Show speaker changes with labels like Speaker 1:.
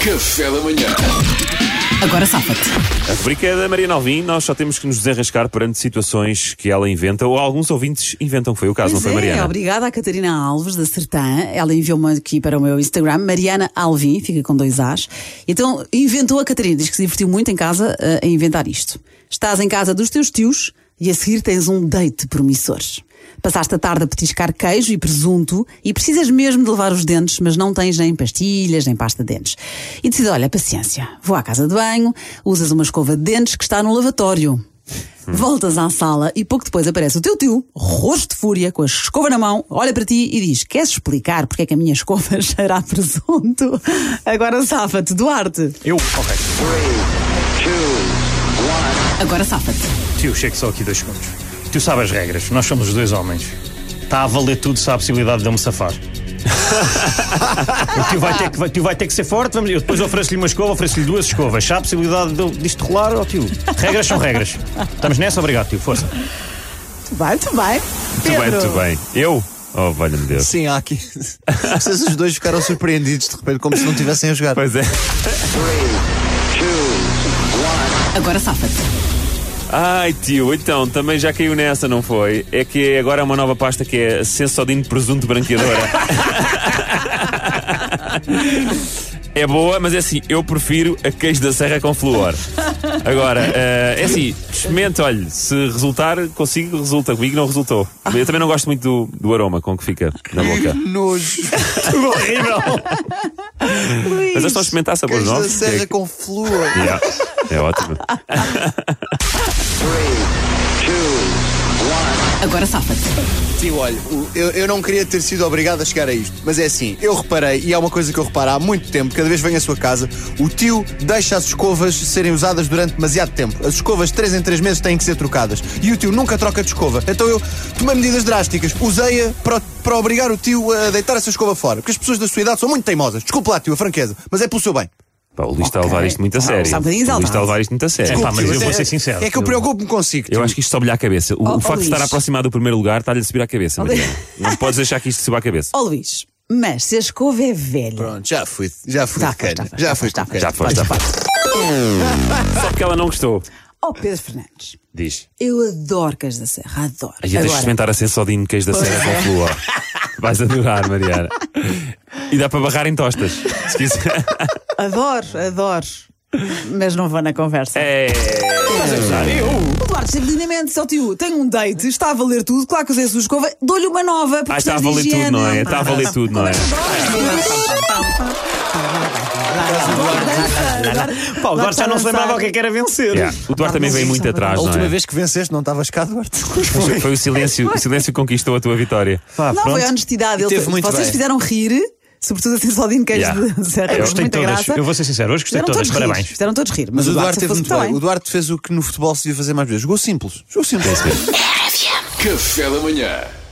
Speaker 1: Café da manhã.
Speaker 2: Agora safa-te.
Speaker 3: A rubrica é da Maria Alvim, nós só temos que nos desenrascar perante situações que ela inventa ou alguns ouvintes inventam que foi o caso, não
Speaker 2: Pois
Speaker 3: foi,
Speaker 2: é,
Speaker 3: Mariana?
Speaker 2: Obrigada à Catarina Alves, da Sertã. Ela enviou-me aqui para o meu Instagram, Mariana Alvim, fica com dois As. Então, inventou a Catarina, diz que se divertiu muito em casa eh, a inventar isto. Estás em casa dos teus tios e a seguir tens um date promissor. Passaste a tarde a petiscar queijo e presunto e precisas mesmo de lavar os dentes, mas não tens nem pastilhas, nem pasta de dentes. E decides, olha, paciência, vou à casa de banho, usas uma escova de dentes que está no lavatório. Voltas à sala e pouco depois aparece o teu tio, rosto de fúria, com a escova na mão, olha para ti e diz: Queres explicar porque é que a minha escova cheira a presunto? Agora safa-te, Duarte.
Speaker 4: Eu? Ok.
Speaker 2: Agora safa-te.
Speaker 4: Tio, chego só aqui dois segundos. Tio sabe as regras, nós somos os dois homens. Está a valer tudo se há a possibilidade de eu me safar. o tio vai, ter que, vai- tio vai ter que ser forte. Vamos, eu depois ofereço-lhe uma escova, ofereço-lhe duas escovas. Se há a possibilidade de, eu- disto rolar, ó tio. Regras são regras. Estamos nessa? Obrigado, tio. Força.
Speaker 2: Tudo bem, tudo bem.
Speaker 3: Muito bem, muito bem. Eu? Oh, valha-me Deus.
Speaker 5: Sim, há aqui. Vocês os dois ficaram surpreendidos de repente, como se não estivessem a jogar.
Speaker 3: Pois é.
Speaker 2: Agora safa-te.
Speaker 3: Ai, tio, então, também já caiu nessa, não foi? É que agora há uma nova pasta que é Sensodinho de Presunto Branqueadora. é boa, mas é assim, eu prefiro a queijo da serra com flúor. Agora, eh, é assim, experimento, olha, se resultar, consigo, resulta. Comigo não resultou. Eu também não gosto muito do, do aroma com que fica na boca.
Speaker 5: Nojo.
Speaker 3: Horrível! mas é só experimentar sabores
Speaker 5: Queijo da
Speaker 3: novos.
Speaker 5: serra
Speaker 3: É-
Speaker 5: com flúor.
Speaker 3: Yeah, É ótimo.
Speaker 2: Agora safa-te.
Speaker 5: Tio, olha, o- eu, eu não queria ter sido obrigado a chegar a isto, mas é assim, eu reparei, e é uma coisa que eu reparo há muito tempo, cada vez que venho à sua casa, o tio deixa as escovas serem usadas durante demasiado tempo. As escovas, 3 em 3 meses, têm que ser trocadas. E o tio nunca troca de escova. Então eu tomei medidas drásticas, usei-a para, o- para obrigar o tio a deitar essa escova fora, porque as pessoas da sua idade são muito teimosas. Desculpe lá, tio, a franqueza, mas é pelo seu bem.
Speaker 3: Pá, o Luís está a levar isto muito a
Speaker 2: Ah,
Speaker 3: sério.
Speaker 2: está um bocadinho
Speaker 3: o Luís está a
Speaker 2: exaltado.
Speaker 3: levar isto muito a sério.
Speaker 4: É pá, mas
Speaker 5: Tio,
Speaker 4: eu vou ser sincero.
Speaker 5: É que eu preocupo-me consigo, tio.
Speaker 3: Eu acho que isto sobe-lhe à cabeça. O,
Speaker 2: Oh,
Speaker 3: o facto
Speaker 2: oh,
Speaker 3: de estar
Speaker 2: Luís.
Speaker 3: aproximado do primeiro lugar está-lhe a subir à cabeça,
Speaker 2: Luís.
Speaker 3: Mariana. Não podes deixar que isto suba à cabeça.
Speaker 2: Ó Luís, mas se a escova é velha. Tá,
Speaker 5: Pronto, já fui, já fui,
Speaker 2: Já
Speaker 5: de
Speaker 2: foi,
Speaker 5: cana.
Speaker 2: já
Speaker 5: já
Speaker 2: foi,
Speaker 5: fui,
Speaker 2: já
Speaker 5: já
Speaker 2: foi,
Speaker 5: fui.
Speaker 3: Já foi, já foi. Só porque ela não gostou.
Speaker 2: tá. Ó Pedro Fernandes,
Speaker 3: Diz.
Speaker 2: eu adoro queijo da serra, adoro.
Speaker 3: Aí deixa experimentar a sensodinho de queijo da serra
Speaker 2: é.
Speaker 3: com flúor. Vais adorar, Mariana. E dá para barrar em tostas. Se quiser.
Speaker 2: adoro, adoro. Mas não vou na conversa.
Speaker 3: É.
Speaker 2: O Duarte esteve lindamente, seu tio, tenho um date, está a valer tudo, claro que usei a sua escova, dou-lhe uma nova. porque
Speaker 3: Ah, está
Speaker 2: precisas
Speaker 3: a
Speaker 2: de
Speaker 3: valer tudo,
Speaker 2: higiene.
Speaker 3: não é? Está a valer tudo, não é?
Speaker 4: Pá, agora já não se lembrava o que, é que era vencer.
Speaker 3: Yeah. O Duarte também vem
Speaker 2: um
Speaker 3: muito atrás,
Speaker 5: A
Speaker 3: não
Speaker 5: última
Speaker 3: é?
Speaker 5: vez que venceste, não estavas cá, Duarte?
Speaker 3: Foi o silêncio. O silêncio que conquistou a tua vitória.
Speaker 4: Pá,
Speaker 2: Não, foi
Speaker 4: pronto.
Speaker 2: a honestidade. Ele
Speaker 5: Teve
Speaker 2: foi-
Speaker 5: muito
Speaker 2: Vocês
Speaker 5: bem.
Speaker 2: fizeram rir, sobretudo assim só de queijo
Speaker 3: Yeah.
Speaker 2: de serra.
Speaker 4: Eu
Speaker 2: teve
Speaker 4: gostei de
Speaker 2: muita
Speaker 4: todas.
Speaker 2: graça.
Speaker 4: Eu vou ser sincero, hoje gostei de
Speaker 2: Fizeram
Speaker 4: todas.
Speaker 2: rir,
Speaker 4: Parabéns.
Speaker 2: Fizeram todos rir, mas,
Speaker 5: Mas o Duarte
Speaker 2: se
Speaker 5: teve
Speaker 2: fosse
Speaker 5: muito bem.
Speaker 2: também.
Speaker 5: O Duarte fez o que no futebol se devia fazer mais vezes. Jogou simples. Jogou simples.
Speaker 1: Café da manhã.